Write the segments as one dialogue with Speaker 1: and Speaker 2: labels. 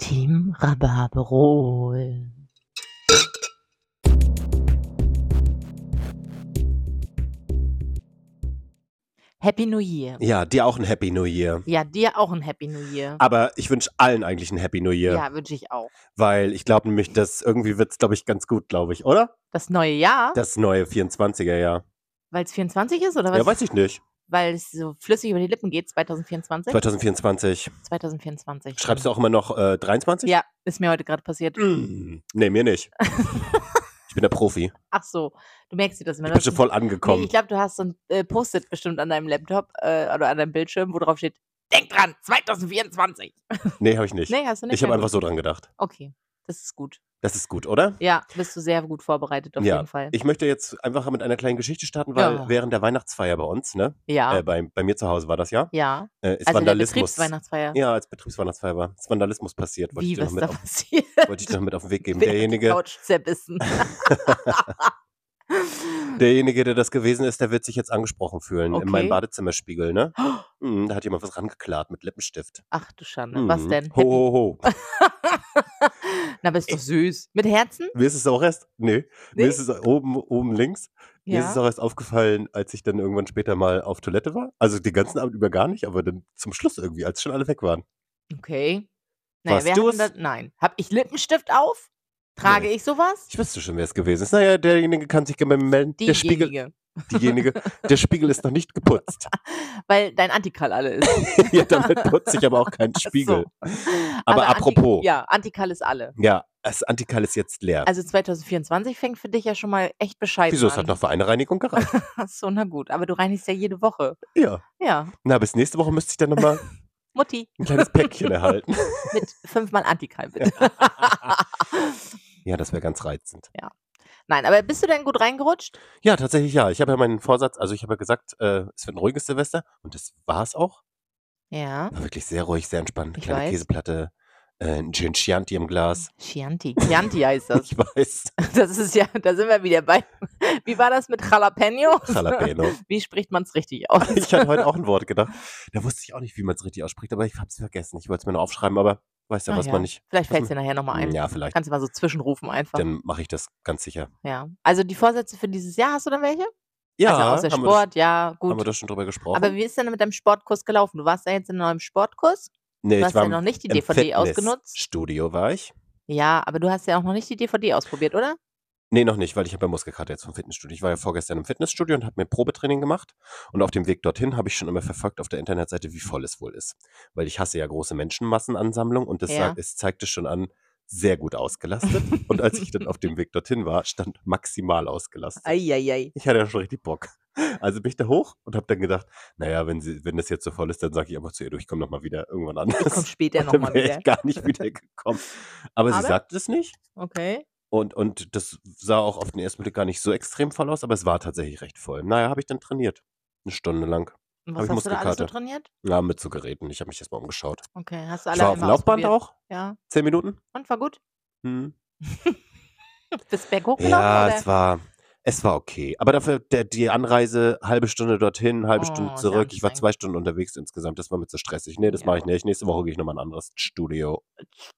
Speaker 1: Team Rhabarberol. Happy New Year.
Speaker 2: Ja, dir auch ein Happy New Year.
Speaker 1: Ja, dir auch ein Happy New Year.
Speaker 2: Aber ich wünsche allen eigentlich ein Happy New Year,
Speaker 1: Ja, wünsche ich auch.
Speaker 2: weil ich glaube nämlich, dass irgendwie wird es, glaube ich, ganz gut, glaube ich, oder?
Speaker 1: Das neue Jahr,
Speaker 2: Das neue 24er Jahr.
Speaker 1: weil es 24 ist oder was?
Speaker 2: Ja, weiß ich nicht.
Speaker 1: Weil es so flüssig über die Lippen geht, 2024?
Speaker 2: 2024.
Speaker 1: 2024.
Speaker 2: Schreibst du auch immer noch äh, 23?
Speaker 1: Ja, ist mir heute gerade passiert.
Speaker 2: Mm, nee, mir nicht. ich bin der Profi.
Speaker 1: Ach so, du merkst dir das immer.
Speaker 2: Ich
Speaker 1: das
Speaker 2: bin schon
Speaker 1: ist-
Speaker 2: voll
Speaker 1: Nee,
Speaker 2: angekommen.
Speaker 1: ich glaube, du hast so ein äh, Post-it bestimmt an deinem Laptop äh, oder an deinem Bildschirm, wo drauf steht, denk dran, 2024.
Speaker 2: Nee, habe ich nicht.
Speaker 1: Nee, hast du nicht.
Speaker 2: ich habe
Speaker 1: Na
Speaker 2: einfach
Speaker 1: gut.
Speaker 2: so dran gedacht.
Speaker 1: Okay, das ist gut.
Speaker 2: Das ist gut, oder?
Speaker 1: Ja, bist du sehr gut vorbereitet auf
Speaker 2: Ja,
Speaker 1: jeden Fall.
Speaker 2: Ich möchte jetzt einfach mit einer kleinen Geschichte starten, weil
Speaker 1: Ja.
Speaker 2: während der Weihnachtsfeier bei uns, ne?
Speaker 1: Ja,
Speaker 2: Äh, bei, bei mir zu Hause war das ja,
Speaker 1: ja.
Speaker 2: äh, ist
Speaker 1: Also der
Speaker 2: Vandalismus.
Speaker 1: Betriebsweihnachtsfeier.
Speaker 2: Ja, als Betriebsweihnachtsfeier war. Ist Vandalismus passiert, wollte ich
Speaker 1: Wie,
Speaker 2: dir noch
Speaker 1: was
Speaker 2: mit
Speaker 1: da
Speaker 2: auf
Speaker 1: passiert?
Speaker 2: wollte ich dir noch mit auf den Weg geben.
Speaker 1: Bin auf die
Speaker 2: Derjenige,
Speaker 1: Couch zerbissen.
Speaker 2: derjenige, der das gewesen ist, der wird sich jetzt angesprochen fühlen in
Speaker 1: Okay.
Speaker 2: meinem Badezimmerspiegel, ne? Mhm, da hat jemand was rangeklaut mit Lippenstift.
Speaker 1: Ach du Schande, was
Speaker 2: Mhm.
Speaker 1: denn?
Speaker 2: Ho, ho, ho.
Speaker 1: Na, bist doch süß. Mit Herzen?
Speaker 2: Mir ist es auch erst, nee,
Speaker 1: Nee?
Speaker 2: mir ist es oben, oben links, mir ist es
Speaker 1: Ja.
Speaker 2: auch erst aufgefallen, als ich dann irgendwann später mal auf Toilette war. Also den ganzen Abend über gar nicht, aber dann zum Schluss irgendwie, als schon alle weg waren.
Speaker 1: Okay. Naja,
Speaker 2: Warst
Speaker 1: wer
Speaker 2: du
Speaker 1: hat denn
Speaker 2: es?
Speaker 1: das? Nein. Hab ich Lippenstift auf? Trage
Speaker 2: Nee.
Speaker 1: ich sowas?
Speaker 2: Ich wüsste schon, wer es gewesen ist. Naja, derjenige kann sich gerne bei mir melden. Der Spiegel,
Speaker 1: Diejenige.
Speaker 2: diejenige, der Spiegel ist noch nicht geputzt.
Speaker 1: Weil dein Antikall alle ist.
Speaker 2: ja, damit putze ich aber auch keinen Spiegel.
Speaker 1: Ach so.
Speaker 2: Aber
Speaker 1: Also Anti-
Speaker 2: apropos.
Speaker 1: ja, Antikall ist alle.
Speaker 2: Ja, das Antikal ist jetzt leer.
Speaker 1: Also 2024 fängt für dich ja schon mal echt bescheiden
Speaker 2: Wieso?
Speaker 1: an.
Speaker 2: Es hat noch für eine Reinigung gereicht.
Speaker 1: Ach so, na gut. Aber du reinigst ja jede Woche.
Speaker 2: ja.
Speaker 1: Ja.
Speaker 2: Na, bis nächste Woche müsste ich dann nochmal
Speaker 1: Mutti,
Speaker 2: ein kleines Päckchen erhalten.
Speaker 1: mit fünfmal Antikall bitte.
Speaker 2: Ja, das wäre ganz reizend.
Speaker 1: Nein, aber bist du denn gut reingerutscht?
Speaker 2: Ja, tatsächlich ja. Ich habe ja meinen Vorsatz, also ich habe ja gesagt, äh, es wird ein ruhiges Silvester und das war es auch.
Speaker 1: Ja.
Speaker 2: War wirklich sehr ruhig, sehr entspannt.
Speaker 1: Ich
Speaker 2: Kleine
Speaker 1: weiß.
Speaker 2: Käseplatte, äh, ein Gin Chianti im Glas.
Speaker 1: Chianti. Chianti heißt das.
Speaker 2: Ich weiß,
Speaker 1: Das ist ja, da sind wir wieder bei. Wie war das mit Jalapeno?
Speaker 2: Jalapeno.
Speaker 1: Wie spricht man es richtig aus?
Speaker 2: Ich hatte heute auch ein Wort gedacht. Da wusste ich auch nicht, wie man es richtig ausspricht, aber ich habe es vergessen. Ich wollte es mir noch aufschreiben, aber weißt ja,
Speaker 1: Na
Speaker 2: was
Speaker 1: Ah ja,
Speaker 2: man nicht.
Speaker 1: Vielleicht
Speaker 2: was
Speaker 1: fällt es dir nachher nochmal ein.
Speaker 2: Ja, vielleicht.
Speaker 1: Kannst du mal so zwischenrufen einfach.
Speaker 2: Dann mache ich das ganz sicher.
Speaker 1: Ja. Also die Vorsätze für dieses Jahr, hast du dann welche? also außer
Speaker 2: haben wir das-
Speaker 1: Sport, ja,
Speaker 2: Haben wir
Speaker 1: gut.
Speaker 2: da schon drüber gesprochen?
Speaker 1: Aber wie ist denn mit deinem Sportkurs gelaufen? Du warst ja jetzt in einem Sportkurs.
Speaker 2: nee,
Speaker 1: Du hast ja
Speaker 2: im-
Speaker 1: noch nicht die
Speaker 2: im
Speaker 1: DVD ausgenutzt.
Speaker 2: Studio war ich.
Speaker 1: Ja, aber du hast ja auch noch nicht die DVD ausprobiert, oder?
Speaker 2: Nee, noch nicht, weil ich habe ja Muskelkater jetzt vom Fitnessstudio. Ich war ja vorgestern im Fitnessstudio und habe mir Probetraining gemacht. Und auf dem Weg dorthin habe ich schon immer verfolgt auf der Internetseite, wie voll es wohl ist. Weil ich hasse ja große Menschenmassenansammlung und das
Speaker 1: Ja.
Speaker 2: sag- es zeigte schon an, sehr gut ausgelastet. und als ich dann auf dem Weg dorthin war, stand maximal ausgelastet.
Speaker 1: Eieiei.
Speaker 2: Ich hatte ja schon richtig Bock. Also bin ich da hoch und habe dann gedacht, naja, wenn, sie, wenn das jetzt so voll ist, dann sage ich einfach zu ihr, du, ich komme nochmal wieder irgendwann
Speaker 1: Ich komm
Speaker 2: anders.
Speaker 1: später
Speaker 2: Und dann
Speaker 1: nochmal
Speaker 2: wär
Speaker 1: wieder.
Speaker 2: Ich gar nicht wieder gekommen. Aber,
Speaker 1: Aber-
Speaker 2: sie sagt es nicht.
Speaker 1: Okay.
Speaker 2: Und, und das sah auch auf den ersten Blick gar nicht so extrem voll aus, aber es war tatsächlich recht voll. Naja, habe ich dann trainiert. Eine Stunde lang.
Speaker 1: Und
Speaker 2: Hab
Speaker 1: was
Speaker 2: ich
Speaker 1: hast du da alles so
Speaker 2: Muskelkater.
Speaker 1: trainiert?
Speaker 2: Ja, mit so Geräten. Ich habe mich erstmal umgeschaut.
Speaker 1: Okay, hast du alle
Speaker 2: ich war auf dem
Speaker 1: einmal
Speaker 2: Laufband
Speaker 1: ausprobiert?
Speaker 2: auch.
Speaker 1: Ja.
Speaker 2: Zehn Minuten.
Speaker 1: Und war gut?
Speaker 2: Hm.
Speaker 1: Bist berghoch gelaufen?
Speaker 2: Ja,
Speaker 1: oder?
Speaker 2: es war, es war okay. Aber dafür der, die Anreise, halbe Stunde dorthin, halbe Stunde
Speaker 1: Oh, ist ja
Speaker 2: zurück. Ich war
Speaker 1: anstrengend.
Speaker 2: zwei Stunden unterwegs insgesamt. Das war mir zu stressig. Nee, das
Speaker 1: Ja.
Speaker 2: mache ich nicht. Nächste Woche gehe ich nochmal in ein anderes Studio.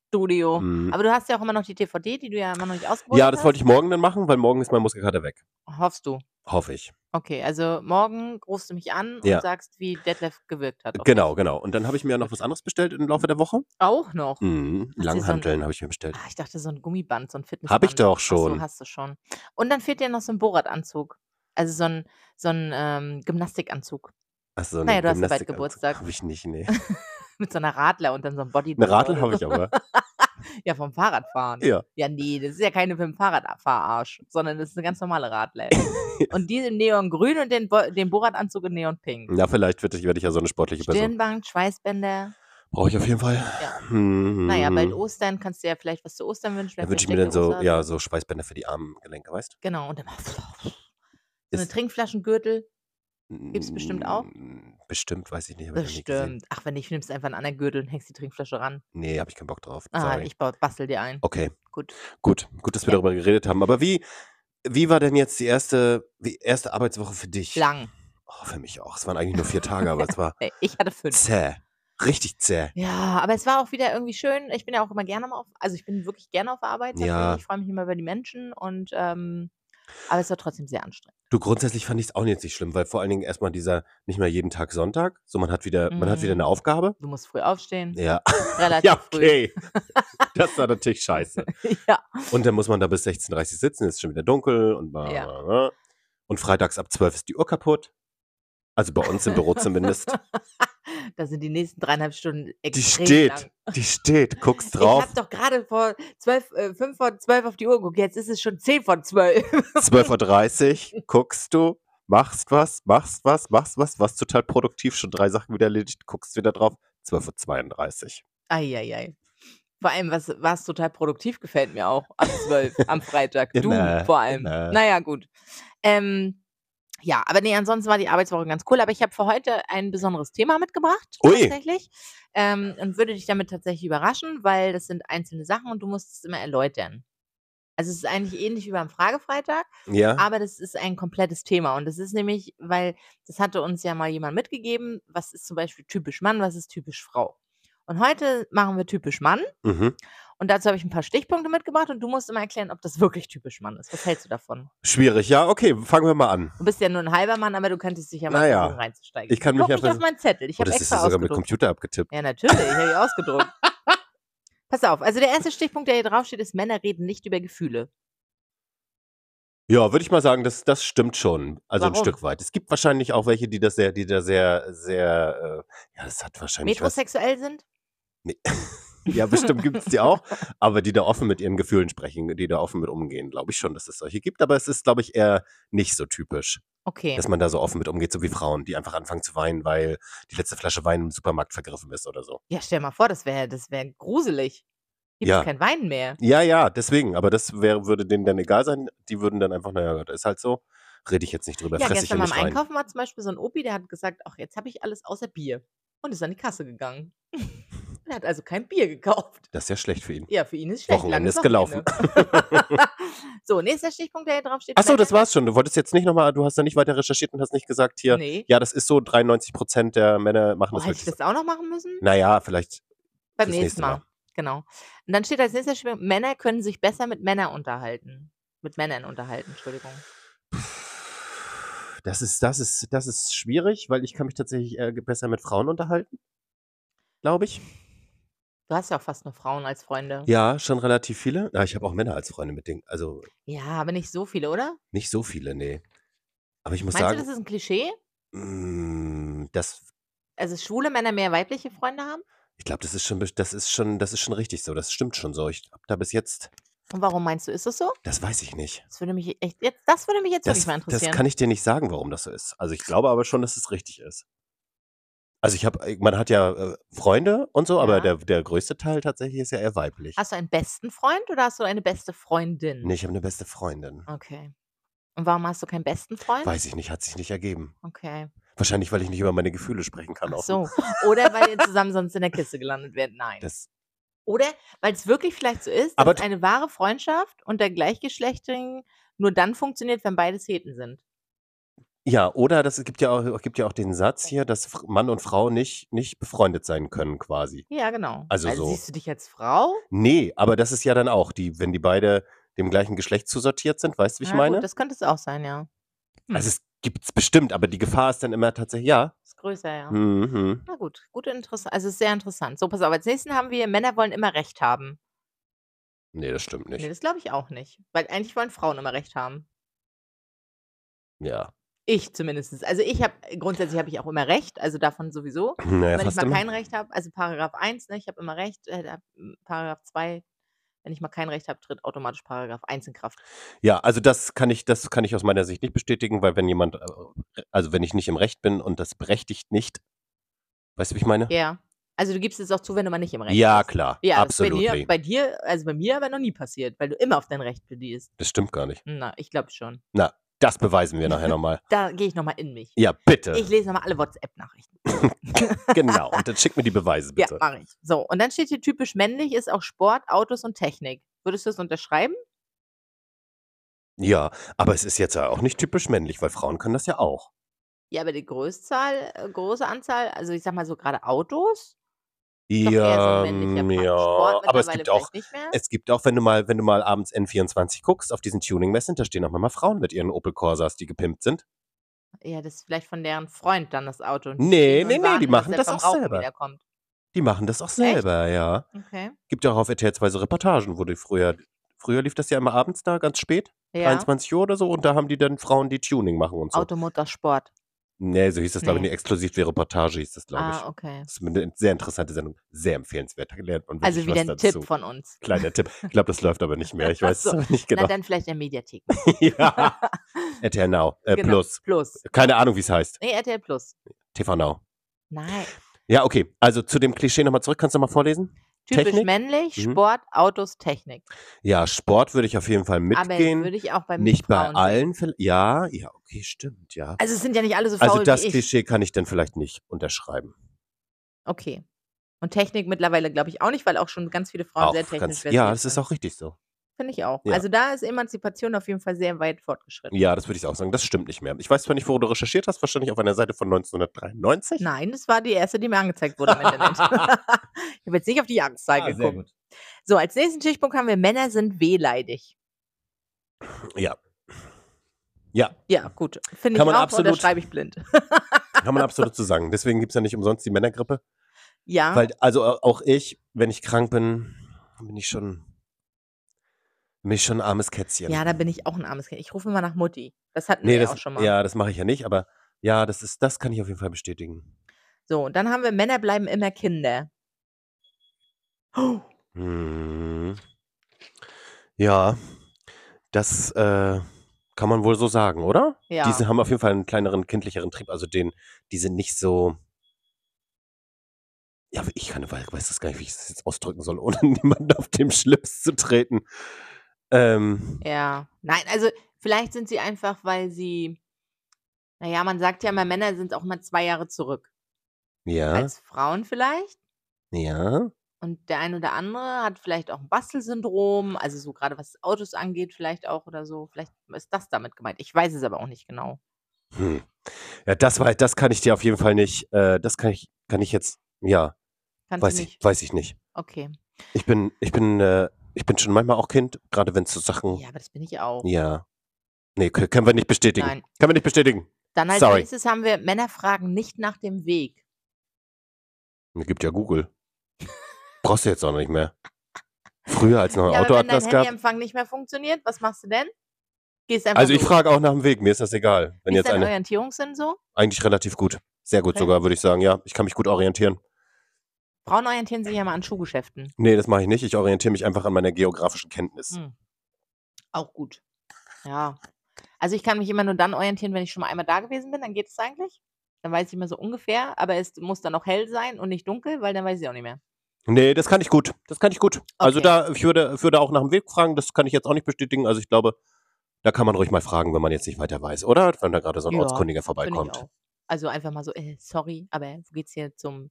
Speaker 1: Studio.
Speaker 2: Hm.
Speaker 1: Oh, Aber du hast ja auch immer noch die DVD, die du ja immer noch nicht ausprobiert hast.
Speaker 2: Ja, das wollte ich morgen dann machen, weil morgen ist mein Muskelkater weg.
Speaker 1: Hoffst du.
Speaker 2: Hoffe ich.
Speaker 1: Okay, also morgen rufst du mich an
Speaker 2: Ja.
Speaker 1: und sagst, wie Detlef gewirkt hat. auf
Speaker 2: Genau,
Speaker 1: dich.
Speaker 2: genau. Und dann habe ich mir noch was anderes bestellt im Laufe der Woche.
Speaker 1: Auch noch.
Speaker 2: Mhm.
Speaker 1: so ein-
Speaker 2: Langhanteln habe ich mir bestellt.
Speaker 1: Ah, ich dachte, so ein Gummiband, so ein Fitnessband.
Speaker 2: Habe ich doch
Speaker 1: Ach so,
Speaker 2: schon.
Speaker 1: hast du schon. Und dann fehlt dir noch so ein Borat-Anzug. Also so ein, so ein ähm, Gymnastikanzug
Speaker 2: Achso,
Speaker 1: Naja, du hast ja bald Geburtstag.
Speaker 2: Habe ich nicht, nee.
Speaker 1: mit so einer Radler und dann so einem Body.
Speaker 2: Eine Radel habe ich aber.
Speaker 1: Ja, vom Fahrradfahren.
Speaker 2: Ja.
Speaker 1: Ja, nee, das ist ja keine vom Fahrradfahrarsch, sondern das ist eine ganz normale Radler. und die im Neongrün und den, Bo den Borat-Anzug in Neonpink.
Speaker 2: Na, vielleicht werde ich, werd Hm, ich ja so eine sportliche Person.
Speaker 1: Stirnband, Schweißbänder.
Speaker 2: Brauche ich auf jeden Fall.
Speaker 1: Ja.
Speaker 2: Mhm.
Speaker 1: Naja, bald Ostern kannst du ja vielleicht was zu Ostern wünschen.
Speaker 2: Da
Speaker 1: vielleicht
Speaker 2: wünsche ich mir dann
Speaker 1: versteckte
Speaker 2: so,
Speaker 1: Ostern.
Speaker 2: ja, so Schweißbänder für die Armgelenke, weißt du?
Speaker 1: Genau, und dann so eine
Speaker 2: Ist-
Speaker 1: Trinkflaschengürtel. Gibt's bestimmt auch?
Speaker 2: Mm, Bestimmt, weiß ich nicht. Hab ich noch nie gesehen.
Speaker 1: Bestimmt. Ach, wenn nicht, nimmst du einfach einen anderen Gürtel und hängst die Trinkflasche ran.
Speaker 2: Nee, habe ich keinen Bock drauf.
Speaker 1: Ah,
Speaker 2: Sorry.
Speaker 1: ich ba- bastel dir ein.
Speaker 2: okay,
Speaker 1: Gut.
Speaker 2: gut. Gut, dass
Speaker 1: Ja.
Speaker 2: wir darüber geredet haben. Aber wie, wie war denn jetzt die erste, die erste Arbeitswoche für dich?
Speaker 1: Lang.
Speaker 2: Oh, für mich auch. Es waren eigentlich nur vier Tage, aber es war
Speaker 1: Äh, Ich hatte fünf.
Speaker 2: zäh. Richtig zäh.
Speaker 1: Ja, aber es war auch wieder irgendwie schön. Ich bin ja auch immer gerne mal auf, also ich bin wirklich gerne auf Arbeit. tatsächlich.
Speaker 2: Ja.
Speaker 1: Ich freue mich immer über die Menschen und, ähm, aber es war trotzdem sehr anstrengend.
Speaker 2: Du, grundsätzlich fand ich es auch jetzt nicht schlimm, weil vor allen Dingen erstmal dieser, nicht mehr jeden Tag Sonntag, so man hat wieder, man hat wieder
Speaker 1: Mhm.
Speaker 2: eine Aufgabe.
Speaker 1: Du musst früh aufstehen,
Speaker 2: Ja,
Speaker 1: relativ
Speaker 2: ja okay. Das war natürlich scheiße.
Speaker 1: früh. ja.
Speaker 2: Und dann muss man da bis 16.30 Uhr sitzen, ist schon wieder dunkel und bla,
Speaker 1: Ja.
Speaker 2: bla, bla. Und freitags ab 12 ist die Uhr kaputt. Also bei uns im Büro zumindest.
Speaker 1: Da sind die nächsten dreieinhalb Stunden
Speaker 2: Die
Speaker 1: extrem lang.
Speaker 2: steht, die steht, guckst
Speaker 1: Ich
Speaker 2: drauf,
Speaker 1: habe doch gerade vor zwölf, äh, fünf vor zwölf auf die Uhr geguckt. Jetzt ist es schon zehn vor zwölf.
Speaker 2: 12.30 Uhr, guckst du, machst was, machst was, machst was, warst total produktiv, schon drei Sachen wieder erledigt, guckst wieder drauf, 12.32 Uhr.
Speaker 1: Eieiei. Vor allem, was warst total produktiv, gefällt mir auch. Ab 12 am Freitag. Du
Speaker 2: Immer,
Speaker 1: vor allem.
Speaker 2: immer.
Speaker 1: Naja, gut. Ähm, ja, aber nee, ansonsten war die Arbeitswoche ganz cool. Aber ich habe für heute ein besonderes Thema mitgebracht,
Speaker 2: Ui.
Speaker 1: tatsächlich. Ähm, und würde dich damit tatsächlich überraschen, weil das sind einzelne Sachen und du musst es immer erläutern. Also es ist eigentlich ähnlich wie beim Fragefreitag,
Speaker 2: Ja,
Speaker 1: aber das ist ein komplettes Thema. Und das ist nämlich, weil das hatte uns ja mal jemand mitgegeben, was ist zum Beispiel typisch Mann, was ist typisch Frau. Und heute machen wir typisch Mann.
Speaker 2: mhm.
Speaker 1: Und dazu habe ich ein paar Stichpunkte mitgebracht und du musst immer erklären, ob das wirklich typisch Mann ist. Was hältst du davon?
Speaker 2: schwierig. Ja, okay, fangen wir mal an.
Speaker 1: Du bist ja nur ein halber Mann, aber du könntest dich ja mal
Speaker 2: Naja,
Speaker 1: versuchen, reinzusteigen.
Speaker 2: ich kann mich
Speaker 1: Guck
Speaker 2: ja
Speaker 1: nicht auf
Speaker 2: versuch-
Speaker 1: meinen Zettel. Ich
Speaker 2: Oh,
Speaker 1: habe
Speaker 2: das ist ja
Speaker 1: extra
Speaker 2: sogar mit
Speaker 1: ausgedruckt.
Speaker 2: Computer abgetippt.
Speaker 1: Ja, natürlich, ich habe ich ausgedruckt. Pass auf, also der erste Stichpunkt, der hier draufsteht, ist, Männer reden nicht über Gefühle.
Speaker 2: Ja, würde ich mal sagen, das, das stimmt schon. Also ein
Speaker 1: Warum?
Speaker 2: Stück weit. Es gibt wahrscheinlich auch welche, die das sehr, die da sehr, sehr, äh, ja, das hat wahrscheinlich was.
Speaker 1: Metrosexuell sind?
Speaker 2: Ja, bestimmt gibt es die auch, aber die da offen mit ihren Gefühlen sprechen, die da offen mit umgehen, glaube ich schon, dass es solche gibt. Aber es ist, glaube ich, eher nicht so typisch,
Speaker 1: Okay.
Speaker 2: dass man da so offen mit umgeht, so wie Frauen, die einfach anfangen zu weinen, weil die letzte Flasche Wein im Supermarkt vergriffen ist oder so.
Speaker 1: Ja, stell mal vor, das wäre das wär gruselig. Gibt es
Speaker 2: Ja.
Speaker 1: kein Wein mehr?
Speaker 2: Ja, ja, deswegen. Aber das wäre, würde denen dann egal sein. Die würden dann einfach, naja, Gott, ist halt so. Rede ich jetzt nicht drüber,
Speaker 1: Ja,
Speaker 2: fresse ich
Speaker 1: gestern
Speaker 2: hier
Speaker 1: beim
Speaker 2: nicht rein.
Speaker 1: Einkaufen war zum Beispiel so ein Opi, der hat gesagt, ach, jetzt habe ich alles außer Bier. Und ist an die Kasse gegangen. er hat also kein Bier gekauft.
Speaker 2: Das ist ja schlecht für ihn.
Speaker 1: Ja, für ihn ist schlecht.
Speaker 2: Wochenende
Speaker 1: langes
Speaker 2: ist gelaufen.
Speaker 1: Wochenende. so, nächster Stichpunkt, der hier drauf steht.
Speaker 2: Achso, das
Speaker 1: Männer-
Speaker 2: war's schon. Du wolltest jetzt nicht nochmal, du hast da nicht weiter recherchiert und hast nicht gesagt, hier,
Speaker 1: Nee.
Speaker 2: ja, das ist so, 93 Prozent der Männer machen
Speaker 1: Oh,
Speaker 2: das
Speaker 1: hätte ich
Speaker 2: wirklich.
Speaker 1: das auch noch machen müssen?
Speaker 2: so. Naja, vielleicht.
Speaker 1: Beim
Speaker 2: fürs
Speaker 1: nächsten
Speaker 2: nächste
Speaker 1: Mal.
Speaker 2: Mal.
Speaker 1: Genau. Und dann steht als nächster Stichpunkt, Männer können sich besser mit Männern unterhalten. Mit Männern unterhalten, Entschuldigung.
Speaker 2: Das ist, das ist, das ist schwierig, weil ich kann mich tatsächlich äh, besser mit Frauen unterhalten. Glaube ich.
Speaker 1: Mhm. Du hast ja auch fast nur Frauen als Freunde.
Speaker 2: Ja, schon relativ viele. Ja, ich habe auch Männer als Freunde mit Dingen. Also
Speaker 1: Ja, aber nicht so viele, oder?
Speaker 2: nicht so viele, nee. Aber ich muss
Speaker 1: Meinst du,
Speaker 2: sagen,
Speaker 1: das ist ein Klischee?
Speaker 2: mh, das
Speaker 1: Also schwule Männer mehr weibliche Freunde haben?
Speaker 2: ich glaube, das ist schon, best- das ist schon, das ist schon richtig so. Das stimmt schon so. Ich hab da bis jetzt,
Speaker 1: Und warum meinst du, ist das so?
Speaker 2: das weiß ich nicht.
Speaker 1: Das würde mich echt jetzt, das würde mich jetzt
Speaker 2: Das,
Speaker 1: wirklich mal
Speaker 2: das
Speaker 1: interessieren.
Speaker 2: kann ich dir nicht sagen, warum das so ist. Also ich glaube aber schon, dass es richtig ist. Also ich habe, man hat ja äh, Freunde und so, aber
Speaker 1: Ja.
Speaker 2: der, der größte Teil tatsächlich ist ja eher weiblich.
Speaker 1: hast du einen besten Freund oder hast du eine beste Freundin?
Speaker 2: Nee, ich habe eine beste Freundin.
Speaker 1: Okay. Und warum hast du keinen besten Freund?
Speaker 2: Weiß ich nicht, hat sich nicht ergeben.
Speaker 1: Okay.
Speaker 2: Wahrscheinlich, weil ich nicht über meine Gefühle sprechen kann.
Speaker 1: Ach
Speaker 2: offen.
Speaker 1: so. Oder weil ihr zusammen sonst in der Kiste gelandet wärt? Nein.
Speaker 2: Das,
Speaker 1: Oder weil es wirklich vielleicht so ist,
Speaker 2: Aber
Speaker 1: dass
Speaker 2: du-
Speaker 1: eine wahre Freundschaft unter Gleichgeschlechtlichen nur dann funktioniert, wenn beides Heten sind.
Speaker 2: ja, oder das gibt ja, auch, gibt ja auch den Satz hier, dass Fr- Mann und Frau nicht, nicht befreundet sein können quasi.
Speaker 1: Ja, genau.
Speaker 2: Also
Speaker 1: weil
Speaker 2: so.
Speaker 1: siehst du dich als Frau?
Speaker 2: Nee, aber das ist ja dann auch, die, wenn die beide dem gleichen Geschlecht zusortiert sind, weißt du, wie ich
Speaker 1: Na
Speaker 2: meine?
Speaker 1: Gut, das könnte es auch sein, ja. hm.
Speaker 2: also es gibt es bestimmt, aber die Gefahr ist dann immer tatsächlich, ja,
Speaker 1: Ist größer, ja.
Speaker 2: Mhm.
Speaker 1: Na gut, gut interessant. Also ist sehr interessant. So, pass auf, als nächsten haben wir, Männer wollen immer Recht haben.
Speaker 2: Nee, das stimmt
Speaker 1: Nee,
Speaker 2: nicht.
Speaker 1: das glaube ich auch nicht. Weil eigentlich wollen Frauen immer Recht haben.
Speaker 2: Ja.
Speaker 1: Ich zumindest. Also ich habe, grundsätzlich habe ich auch immer Recht, also davon sowieso.
Speaker 2: Naja,
Speaker 1: wenn ich
Speaker 2: fast
Speaker 1: mal
Speaker 2: immer.
Speaker 1: kein Recht habe, also Paragraph 1, ne, ich habe immer Recht, äh, da- m, Paragraph 2, wenn ich mal kein Recht habe, tritt automatisch Paragraph 1 in Kraft.
Speaker 2: Ja, also das kann ich, das kann ich aus meiner Sicht nicht bestätigen, weil wenn jemand, äh, also wenn ich nicht im Recht bin und das berechtigt nicht, weißt du, wie ich meine?
Speaker 1: Ja. Also du gibst es auch zu, wenn du mal nicht im Recht
Speaker 2: Ja,
Speaker 1: bist.
Speaker 2: klar,
Speaker 1: Ja, das ist bei
Speaker 2: absolut.
Speaker 1: dir, bei dir, also bei mir aber noch nie passiert, weil du immer auf dein Recht plädierst.
Speaker 2: Das stimmt gar nicht.
Speaker 1: Na, ich glaube schon.
Speaker 2: Das beweisen wir nachher nochmal.
Speaker 1: Da gehe ich nochmal in mich.
Speaker 2: Ja, bitte.
Speaker 1: Ich lese nochmal alle WhatsApp-Nachrichten.
Speaker 2: genau. Und dann schick mir die Beweise
Speaker 1: Ja,
Speaker 2: bitte.
Speaker 1: mache ich. So, und dann steht hier typisch männlich ist auch Sport, Autos und Technik. Würdest du das unterschreiben?
Speaker 2: Ja, aber es ist jetzt ja auch nicht typisch männlich, weil Frauen können das ja auch.
Speaker 1: Ja, aber die Großzahl, äh, große Anzahl, also ich sag mal so gerade Autos Doch eher so ein
Speaker 2: Ja,
Speaker 1: männlicher Part.
Speaker 2: ähm, ja.
Speaker 1: Sport
Speaker 2: aber es
Speaker 1: mittlerweile
Speaker 2: gibt auch,
Speaker 1: vielleicht nicht mehr.
Speaker 2: es gibt auch, wenn du mal, wenn du mal abends N24 guckst, auf diesen Tuning Messenger stehen auch mal Frauen mit ihren Opel Corsas, die gepimpt sind.
Speaker 1: Ja, das ist vielleicht von deren Freund dann das Auto. Und die
Speaker 2: Nee,
Speaker 1: stehen
Speaker 2: nee,
Speaker 1: und
Speaker 2: nee, die
Speaker 1: warten, bis
Speaker 2: machen
Speaker 1: er
Speaker 2: das
Speaker 1: vom
Speaker 2: auch
Speaker 1: Rauchen
Speaker 2: selber.
Speaker 1: wiederkommt.
Speaker 2: Die machen das auch
Speaker 1: Echt?
Speaker 2: selber, ja.
Speaker 1: Okay.
Speaker 2: Gibt ja auch auf RTL 2 so Reportagen, wo die früher, früher lief das ja immer abends da, ganz spät,
Speaker 1: Ja.
Speaker 2: 23 Uhr oder so, und da haben die dann Frauen, die Tuning machen und so.
Speaker 1: Automotorsport.
Speaker 2: Nee, so hieß das, glaube ich,
Speaker 1: Nee.
Speaker 2: eine exklusive Reportage hieß das, glaube ich.
Speaker 1: Ah, okay.
Speaker 2: Das ist eine sehr interessante Sendung, sehr empfehlenswert. Da lernt man
Speaker 1: Also wieder
Speaker 2: wirklich was
Speaker 1: ein
Speaker 2: dazu.
Speaker 1: Tipp von uns.
Speaker 2: Kleiner Tipp. Ich glaube, das läuft aber nicht mehr. Ich
Speaker 1: Ach
Speaker 2: weiß es
Speaker 1: so.
Speaker 2: aber nicht
Speaker 1: Na,
Speaker 2: genau.
Speaker 1: dann vielleicht in der Mediathek.
Speaker 2: ja. RTL Now. Äh,
Speaker 1: Genau.
Speaker 2: Plus.
Speaker 1: Plus.
Speaker 2: Keine Ahnung, wie es heißt.
Speaker 1: Nee, RTL Plus.
Speaker 2: TV Now.
Speaker 1: Nein.
Speaker 2: Ja, okay. Also zu dem Klischee nochmal zurück. Kannst du nochmal vorlesen?
Speaker 1: Typisch
Speaker 2: Technik?
Speaker 1: männlich,
Speaker 2: Mhm.
Speaker 1: Sport, Autos, Technik.
Speaker 2: Ja, Sport würde ich auf jeden Fall
Speaker 1: Aber
Speaker 2: mitgehen.
Speaker 1: würde ich auch bei
Speaker 2: nicht bei
Speaker 1: Frauen sehen.
Speaker 2: allen. vill- Ja, ja, okay, stimmt, ja.
Speaker 1: Also es sind ja nicht alle so faul
Speaker 2: Also das
Speaker 1: wie ich.
Speaker 2: Klischee kann ich dann vielleicht nicht unterschreiben.
Speaker 1: Okay. Und Technik mittlerweile glaube ich auch nicht, weil auch schon ganz viele Frauen
Speaker 2: Auch
Speaker 1: sehr technisch
Speaker 2: ganz,
Speaker 1: versiert
Speaker 2: ja, das ist
Speaker 1: sind.
Speaker 2: auch richtig so.
Speaker 1: Finde ich auch.
Speaker 2: Ja.
Speaker 1: Also da ist Emanzipation auf jeden Fall sehr weit fortgeschritten.
Speaker 2: Ja, das würde ich auch sagen. Das stimmt nicht mehr. Ich weiß zwar nicht, wo du recherchiert hast, wahrscheinlich auf einer Seite von 1993.
Speaker 1: Nein, das war die erste, die mir angezeigt wurde im Internet. ich habe jetzt nicht auf die Jahreszahl
Speaker 2: Ah, sehr
Speaker 1: geguckt.
Speaker 2: gut.
Speaker 1: So, als nächsten Stichpunkt haben wir Männer sind wehleidig.
Speaker 2: Ja. Ja,
Speaker 1: Ja, gut. Finde ich
Speaker 2: Kann man
Speaker 1: auch
Speaker 2: absolut-
Speaker 1: unterschreibe ich blind.
Speaker 2: kann man absolut zu sagen. Deswegen gibt es ja nicht umsonst die Männergrippe.
Speaker 1: ja,
Speaker 2: Weil, also au- auch ich, wenn ich krank bin, bin ich schon, bin ich schon ein armes Kätzchen.
Speaker 1: ja, da bin ich auch ein armes Kind. Ich rufe immer nach Mutti. Das hatten
Speaker 2: nee,
Speaker 1: wir ja
Speaker 2: Ne, das,
Speaker 1: auch schon mal.
Speaker 2: ja, das mache ich ja nicht, aber ja, das ist, das kann ich auf jeden Fall bestätigen.
Speaker 1: So, und dann haben wir Männer bleiben immer Kinder. Oh,
Speaker 2: Hm. Ja, das äh, kann man wohl so sagen, oder?
Speaker 1: ja.
Speaker 2: Diese haben auf jeden Fall einen kleineren, kindlicheren Trieb. Also den, die sind nicht so. Ja, aber ich kann, weil ich weiß das gar nicht, wie ich das jetzt ausdrücken soll, ohne niemanden auf dem Schlips zu treten. Ähm,
Speaker 1: Ja, nein, also vielleicht sind sie einfach, weil sie, naja, man sagt ja immer, Männer sind auch mal zwei Jahre zurück
Speaker 2: ja,
Speaker 1: als Frauen vielleicht.
Speaker 2: ja.
Speaker 1: Und der ein oder andere hat vielleicht auch ein Bastelsyndrom, also so gerade was Autos angeht, vielleicht auch oder so. Vielleicht ist das damit gemeint. Ich weiß es aber auch nicht genau.
Speaker 2: Hm. Ja, das war, das kann ich dir auf jeden Fall nicht. Äh, das kann ich, kann ich jetzt. Ja,
Speaker 1: Kannst
Speaker 2: weiß
Speaker 1: du
Speaker 2: ich,
Speaker 1: nicht?
Speaker 2: weiß ich nicht.
Speaker 1: Okay.
Speaker 2: Ich bin, ich bin, äh, ich bin schon manchmal auch Kind, gerade wenn es so Sachen.
Speaker 1: Ja, aber das bin ich auch.
Speaker 2: Ja. Nee, k- können wir nicht bestätigen.
Speaker 1: Nein.
Speaker 2: Können wir nicht bestätigen.
Speaker 1: Dann als
Speaker 2: Sorry.
Speaker 1: nächstes haben wir Männer fragen nicht nach dem Weg.
Speaker 2: Es gibt ja Google. Brauchst du jetzt auch nicht mehr. Früher, als noch ein
Speaker 1: Ja, aber wenn dein
Speaker 2: Autoatlas gab.
Speaker 1: Handyempfang nicht mehr funktioniert, was machst du denn? Gehst einfach
Speaker 2: Also ich
Speaker 1: los.
Speaker 2: frage auch nach dem Weg, mir ist das egal. Wenn
Speaker 1: Wie ist
Speaker 2: jetzt
Speaker 1: dein
Speaker 2: eine.
Speaker 1: Orientierungssinn so?
Speaker 2: Eigentlich relativ gut. Sehr gut
Speaker 1: Okay.
Speaker 2: sogar, würde ich sagen, ja. Ich kann mich gut orientieren.
Speaker 1: Frauen orientieren sich ja mal an Schuhgeschäften.
Speaker 2: Nee, das mache ich nicht. Ich orientiere mich einfach an meiner geografischen Kenntnis.
Speaker 1: Hm. Auch gut. Ja. Also ich kann mich immer nur dann orientieren, wenn ich schon mal einmal da gewesen bin, dann geht es eigentlich. Dann weiß ich immer so ungefähr, aber es muss dann auch hell sein und nicht dunkel, weil dann weiß ich auch nicht mehr.
Speaker 2: Nee, das kann ich gut. Das kann ich gut. Also
Speaker 1: Okay.
Speaker 2: da, ich würde, ich würde auch nach dem Weg fragen, das kann ich jetzt auch nicht bestätigen. Also ich glaube, da kann man ruhig mal fragen, wenn man jetzt nicht weiter weiß, oder? Wenn da gerade so ein
Speaker 1: Ja,
Speaker 2: Ortskundiger
Speaker 1: Finde ich
Speaker 2: vorbeikommt.
Speaker 1: auch. Also einfach mal so, äh, sorry, aber wo geht's hier zum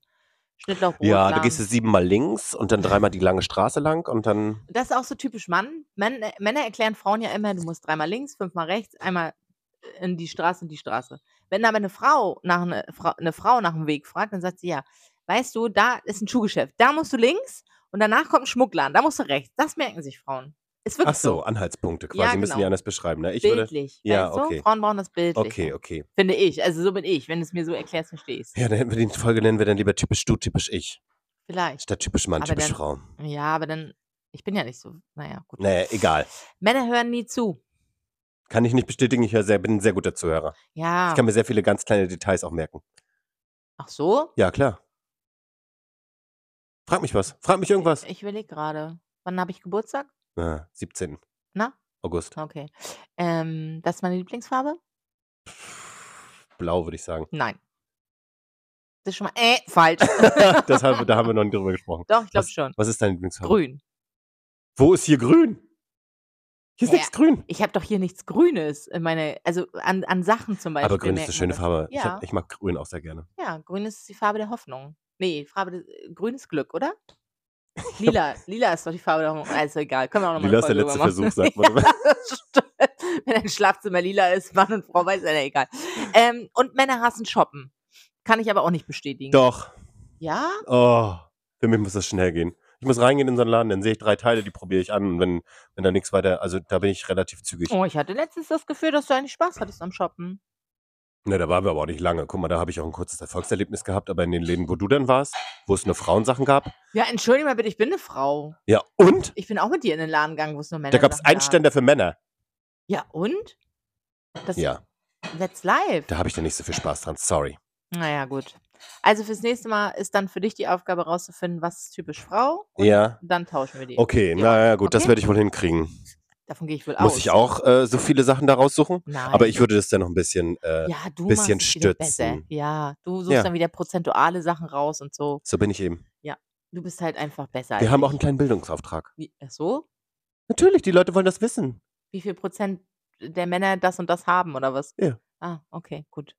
Speaker 1: Schnittlauchbrot?
Speaker 2: Ja, da
Speaker 1: lang?
Speaker 2: gehst du siebenmal links und dann dreimal die lange Straße lang und dann.
Speaker 1: Das ist auch so typisch Mann. Män äh, Männer erklären Frauen ja immer, du musst dreimal links, fünfmal rechts, einmal äh, in die Straße, in die Straße. Wenn aber eine Frau nach, eine, Fra eine Frau nach dem Weg fragt, dann sagt sie ja, weißt du, da ist ein Schuhgeschäft, da musst du links und danach kommt ein Schmuckladen, da musst du rechts. Das merken sich Frauen. Ist wirklich
Speaker 2: Ach so, Anhaltspunkte quasi,
Speaker 1: Ja,
Speaker 2: müssen die
Speaker 1: genau.
Speaker 2: anders beschreiben. Ne? Ich würde.
Speaker 1: bildlich.
Speaker 2: ja,
Speaker 1: weißt
Speaker 2: okay.
Speaker 1: du? Frauen brauchen das bildlich.
Speaker 2: Okay, okay.
Speaker 1: Finde ich. Also so bin ich. Wenn du es mir so erklärst, verstehe ich es.
Speaker 2: Ja, dann hätten wir die Folge nennen wir dann lieber typisch du, typisch ich.
Speaker 1: Vielleicht.
Speaker 2: Statt typisch Mann,
Speaker 1: Aber
Speaker 2: typisch
Speaker 1: dann-
Speaker 2: Frau.
Speaker 1: Ja, aber dann, ich bin ja nicht so, naja, gut.
Speaker 2: Naja, egal.
Speaker 1: Männer hören nie zu.
Speaker 2: Kann ich nicht bestätigen, ich hör sehr, bin ein sehr guter Zuhörer.
Speaker 1: Ja.
Speaker 2: Ich kann mir sehr viele ganz kleine Details auch merken.
Speaker 1: Ach so?
Speaker 2: Ja, klar. Frag mich was. Frag mich irgendwas.
Speaker 1: Ich überlege gerade. Wann habe ich Geburtstag?
Speaker 2: Ah, 17.
Speaker 1: Na?
Speaker 2: August.
Speaker 1: Okay. Ähm, das ist meine Lieblingsfarbe?
Speaker 2: Blau, würde ich sagen.
Speaker 1: Nein. Das ist schon mal äh, falsch.
Speaker 2: das haben, wir- da haben wir noch nicht drüber gesprochen.
Speaker 1: Doch, ich glaube schon.
Speaker 2: Was ist dein Lieblingsfarbe?
Speaker 1: Grün.
Speaker 2: Wo ist hier grün? Hier ist
Speaker 1: Ja.
Speaker 2: nichts grün.
Speaker 1: Ich habe doch hier nichts Grünes in meine, also an, an Sachen zum Beispiel.
Speaker 2: Aber grün ist
Speaker 1: merkt
Speaker 2: eine
Speaker 1: man
Speaker 2: schöne
Speaker 1: das.
Speaker 2: Farbe. Ich,
Speaker 1: Ja, Mhm.
Speaker 2: hab, ich mag grün auch sehr gerne.
Speaker 1: ja, grün ist die Farbe der Hoffnung. Nee, Farbe des, äh, grün ist Glück, oder? Lila, lila ist doch die Farbe der Hoffnung. Also egal, können wir auch nochmal
Speaker 2: Lila ist der letzte Versuch, sagt man. immer.
Speaker 1: Wenn ein Schlafzimmer lila ist, Mann und Frau weiß, ja egal. Ähm, und Männer hassen Shoppen. Kann ich aber auch nicht bestätigen.
Speaker 2: Doch.
Speaker 1: Ja?
Speaker 2: Oh. Für mich muss das schnell gehen. Ich muss reingehen in so einen Laden, dann sehe ich drei Teile, die probiere ich an. Und wenn, wenn da nichts weiter, also da bin ich relativ zügig.
Speaker 1: Oh, ich hatte letztens das Gefühl, dass du eigentlich Spaß hattest am Shoppen.
Speaker 2: Ne, da waren wir aber auch nicht lange. Guck mal, da habe ich auch ein kurzes Erfolgserlebnis gehabt, aber in den Läden, wo du dann warst, wo es nur Frauensachen gab.
Speaker 1: Ja, entschuldige mal bitte, ich bin eine Frau.
Speaker 2: Ja, und?
Speaker 1: Ich bin auch mit dir in den Laden gegangen, wo es nur Männer
Speaker 2: Da gab es
Speaker 1: Sachen gab.
Speaker 2: Einstände für Männer.
Speaker 1: Ja, und? Das
Speaker 2: Ja,
Speaker 1: That's live.
Speaker 2: da habe ich dann nicht so viel Spaß dran. Sorry.
Speaker 1: Naja, gut. Also fürs nächste Mal ist dann für dich die Aufgabe rauszufinden, was ist typisch Frau. Und
Speaker 2: Ja.
Speaker 1: Dann tauschen wir die.
Speaker 2: Okay,
Speaker 1: Ja,
Speaker 2: naja, gut, das
Speaker 1: okay.
Speaker 2: werde ich wohl hinkriegen.
Speaker 1: Davon gehe ich wohl aus.
Speaker 2: Muss ich auch äh, so viele Sachen da raussuchen?
Speaker 1: Nein.
Speaker 2: Aber ich würde das dann noch ein bisschen. Äh,
Speaker 1: ja, du
Speaker 2: bisschen
Speaker 1: machst es wieder besser.
Speaker 2: stützen.
Speaker 1: Ja, du suchst
Speaker 2: Ja.
Speaker 1: dann wieder prozentuale Sachen raus und so.
Speaker 2: So bin ich eben.
Speaker 1: Du bist halt einfach besser.
Speaker 2: Wir
Speaker 1: als
Speaker 2: haben auch einen
Speaker 1: ich.
Speaker 2: kleinen Bildungsauftrag.
Speaker 1: Wie- Ach so?
Speaker 2: Natürlich, die Leute wollen das wissen.
Speaker 1: Wie viel Prozent der Männer das und das haben oder was?
Speaker 2: Ja.
Speaker 1: Ah, okay, gut.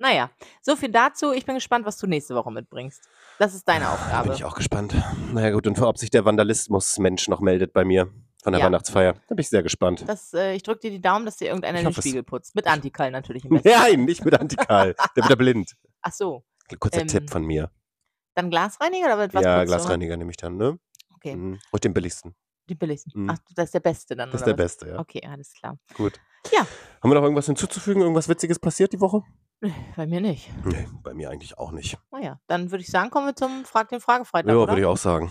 Speaker 1: Naja, so viel dazu. Ich bin gespannt, was du nächste Woche mitbringst. Das ist deine
Speaker 2: Da
Speaker 1: Aufgabe.
Speaker 2: Ah, bin ich auch gespannt. Naja, gut, und ob sich der Vandalismus-Mensch noch meldet bei mir von der
Speaker 1: Ja.
Speaker 2: Weihnachtsfeier. Da bin ich sehr gespannt.
Speaker 1: das, äh, ich drücke dir die Daumen, dass dir irgendeiner
Speaker 2: Ich
Speaker 1: den
Speaker 2: hoffe es.
Speaker 1: Spiegel putzt. Mit Antikall natürlich. Im besten.
Speaker 2: Nein, nicht mit Antikal. Der wird ja blind.
Speaker 1: Ach so.
Speaker 2: Kurzer
Speaker 1: Ähm,
Speaker 2: Tipp von mir.
Speaker 1: Dann Glasreiniger oder mit was?
Speaker 2: ja,
Speaker 1: putzt du?
Speaker 2: Glasreiniger nehme ich dann, ne?
Speaker 1: Okay,
Speaker 2: Mhm. Und den billigsten.
Speaker 1: die billigsten.
Speaker 2: Mhm.
Speaker 1: Ach, das ist der beste dann.
Speaker 2: Das ist
Speaker 1: oder
Speaker 2: der
Speaker 1: was?
Speaker 2: beste, ja.
Speaker 1: Okay, alles klar.
Speaker 2: Gut.
Speaker 1: Ja.
Speaker 2: Haben wir noch irgendwas hinzuzufügen? Irgendwas Witziges passiert die Woche?
Speaker 1: Bei mir nicht.
Speaker 2: Nee, bei mir eigentlich auch nicht.
Speaker 1: Naja, dann würde ich sagen, kommen wir zum Frag den Fragefreitag.
Speaker 2: Ja,
Speaker 1: oder?
Speaker 2: würde ich auch sagen.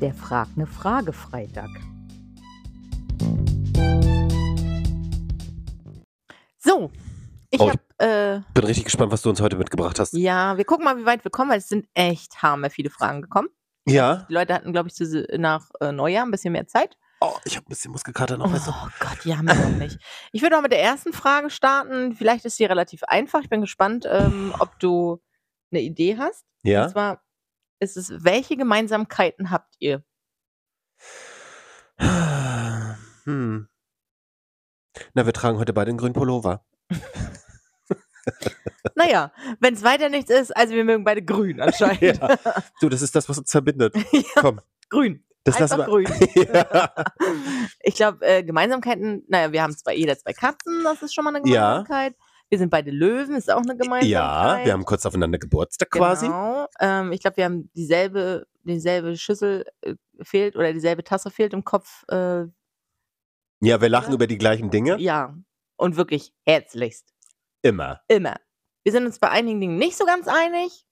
Speaker 3: Der Frag ne Frage Freitag.
Speaker 1: So, ich
Speaker 2: Oh, ich-
Speaker 1: habe. Äh,
Speaker 2: Bin richtig gespannt, was du uns heute mitgebracht hast.
Speaker 1: ja, wir gucken mal, wie weit wir kommen, weil es sind echt hammer viele Fragen gekommen.
Speaker 2: Ja.
Speaker 1: Die Leute hatten, glaube ich, zu, Se- nach äh, Neujahr ein bisschen mehr Zeit.
Speaker 2: Oh, ich habe ein bisschen Muskelkater noch.
Speaker 1: Oh
Speaker 2: weißt du?
Speaker 1: Gott, die haben wir noch nicht. Ich würde auch mit der ersten Frage starten. Vielleicht ist die relativ einfach. Ich bin gespannt, ähm, ob du eine Idee hast. Und
Speaker 2: Ja.
Speaker 1: zwar ist es, welche Gemeinsamkeiten habt ihr?
Speaker 2: Hm. Na, wir tragen heute beide einen grünen Pullover.
Speaker 1: Naja, wenn es weiter nichts ist, also wir mögen beide grün anscheinend.
Speaker 2: Ja. Du, das ist das, was uns verbindet. Komm,
Speaker 1: grün.
Speaker 2: das lassen
Speaker 1: einfach grün.
Speaker 2: wir. ja.
Speaker 1: Ich glaube, äh, Gemeinsamkeiten, naja, wir haben zwei jeder zwei Katzen, das ist schon mal eine
Speaker 2: Ja.
Speaker 1: Gemeinsamkeit. Wir sind beide Löwen, ist auch eine Gemeinsamkeit.
Speaker 2: ja, wir haben kurz aufeinander Geburtstag quasi.
Speaker 1: Genau. Ähm, ich glaube, wir haben dieselbe, dieselbe Schüssel äh, fehlt oder dieselbe Tasse fehlt im Kopf. Äh,
Speaker 2: Ja, wir lachen
Speaker 1: Ja.
Speaker 2: über die gleichen Dinge.
Speaker 1: ja. Und wirklich herzlichst.
Speaker 2: Immer.
Speaker 1: Immer. Wir sind uns bei einigen Dingen nicht so ganz einig,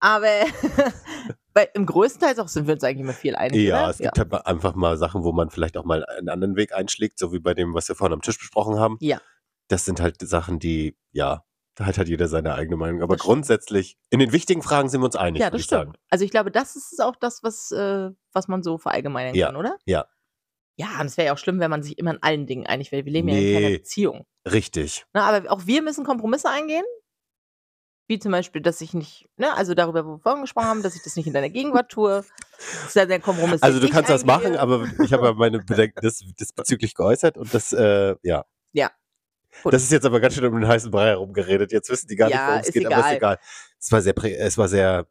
Speaker 1: aber bei, im größten Teil auch sind wir uns eigentlich immer viel einig.
Speaker 2: Ja,
Speaker 1: oder?
Speaker 2: es gibt halt mal- einfach mal Sachen, wo man vielleicht auch mal einen anderen Weg einschlägt, so wie bei dem, was wir vorhin am Tisch besprochen haben.
Speaker 1: Ja.
Speaker 2: Das sind halt Sachen, die, ja, da hat halt jeder seine eigene Meinung. Aber
Speaker 1: Das stimmt.
Speaker 2: grundsätzlich, in den wichtigen Fragen sind wir uns einig,
Speaker 1: ja,
Speaker 2: würde
Speaker 1: das
Speaker 2: ich
Speaker 1: stimmt.
Speaker 2: sagen.
Speaker 1: Also ich glaube, das ist auch das, was, äh, was man so verallgemeinern
Speaker 2: Ja,
Speaker 1: kann, oder?
Speaker 2: ja.
Speaker 1: Ja, und es wäre ja auch schlimm, wenn man sich immer in allen Dingen einig wäre. Wir leben ja in
Speaker 2: Nee.
Speaker 1: keiner Beziehung.
Speaker 2: Richtig.
Speaker 1: Ne, aber auch wir müssen Kompromisse eingehen. Wie zum Beispiel, dass ich nicht, ne, also darüber, wo wir vorhin gesprochen haben, dass ich das nicht in deiner Gegenwart tue. Das ist ja der Kompromiss. den
Speaker 2: Also du
Speaker 1: ich
Speaker 2: kannst das machen,
Speaker 1: eingehe.
Speaker 2: aber ich habe ja meine Bedenken des, diesbezüglich geäußert und das, äh, ja.
Speaker 1: Ja. Gut.
Speaker 2: Das ist jetzt aber ganz schön um den heißen Brei herumgeredet. Jetzt wissen die gar nicht,
Speaker 1: Ja,
Speaker 2: worum es
Speaker 1: ist
Speaker 2: geht, aber ist
Speaker 1: egal.
Speaker 2: egal. Es war sehr, prä- es war sehr,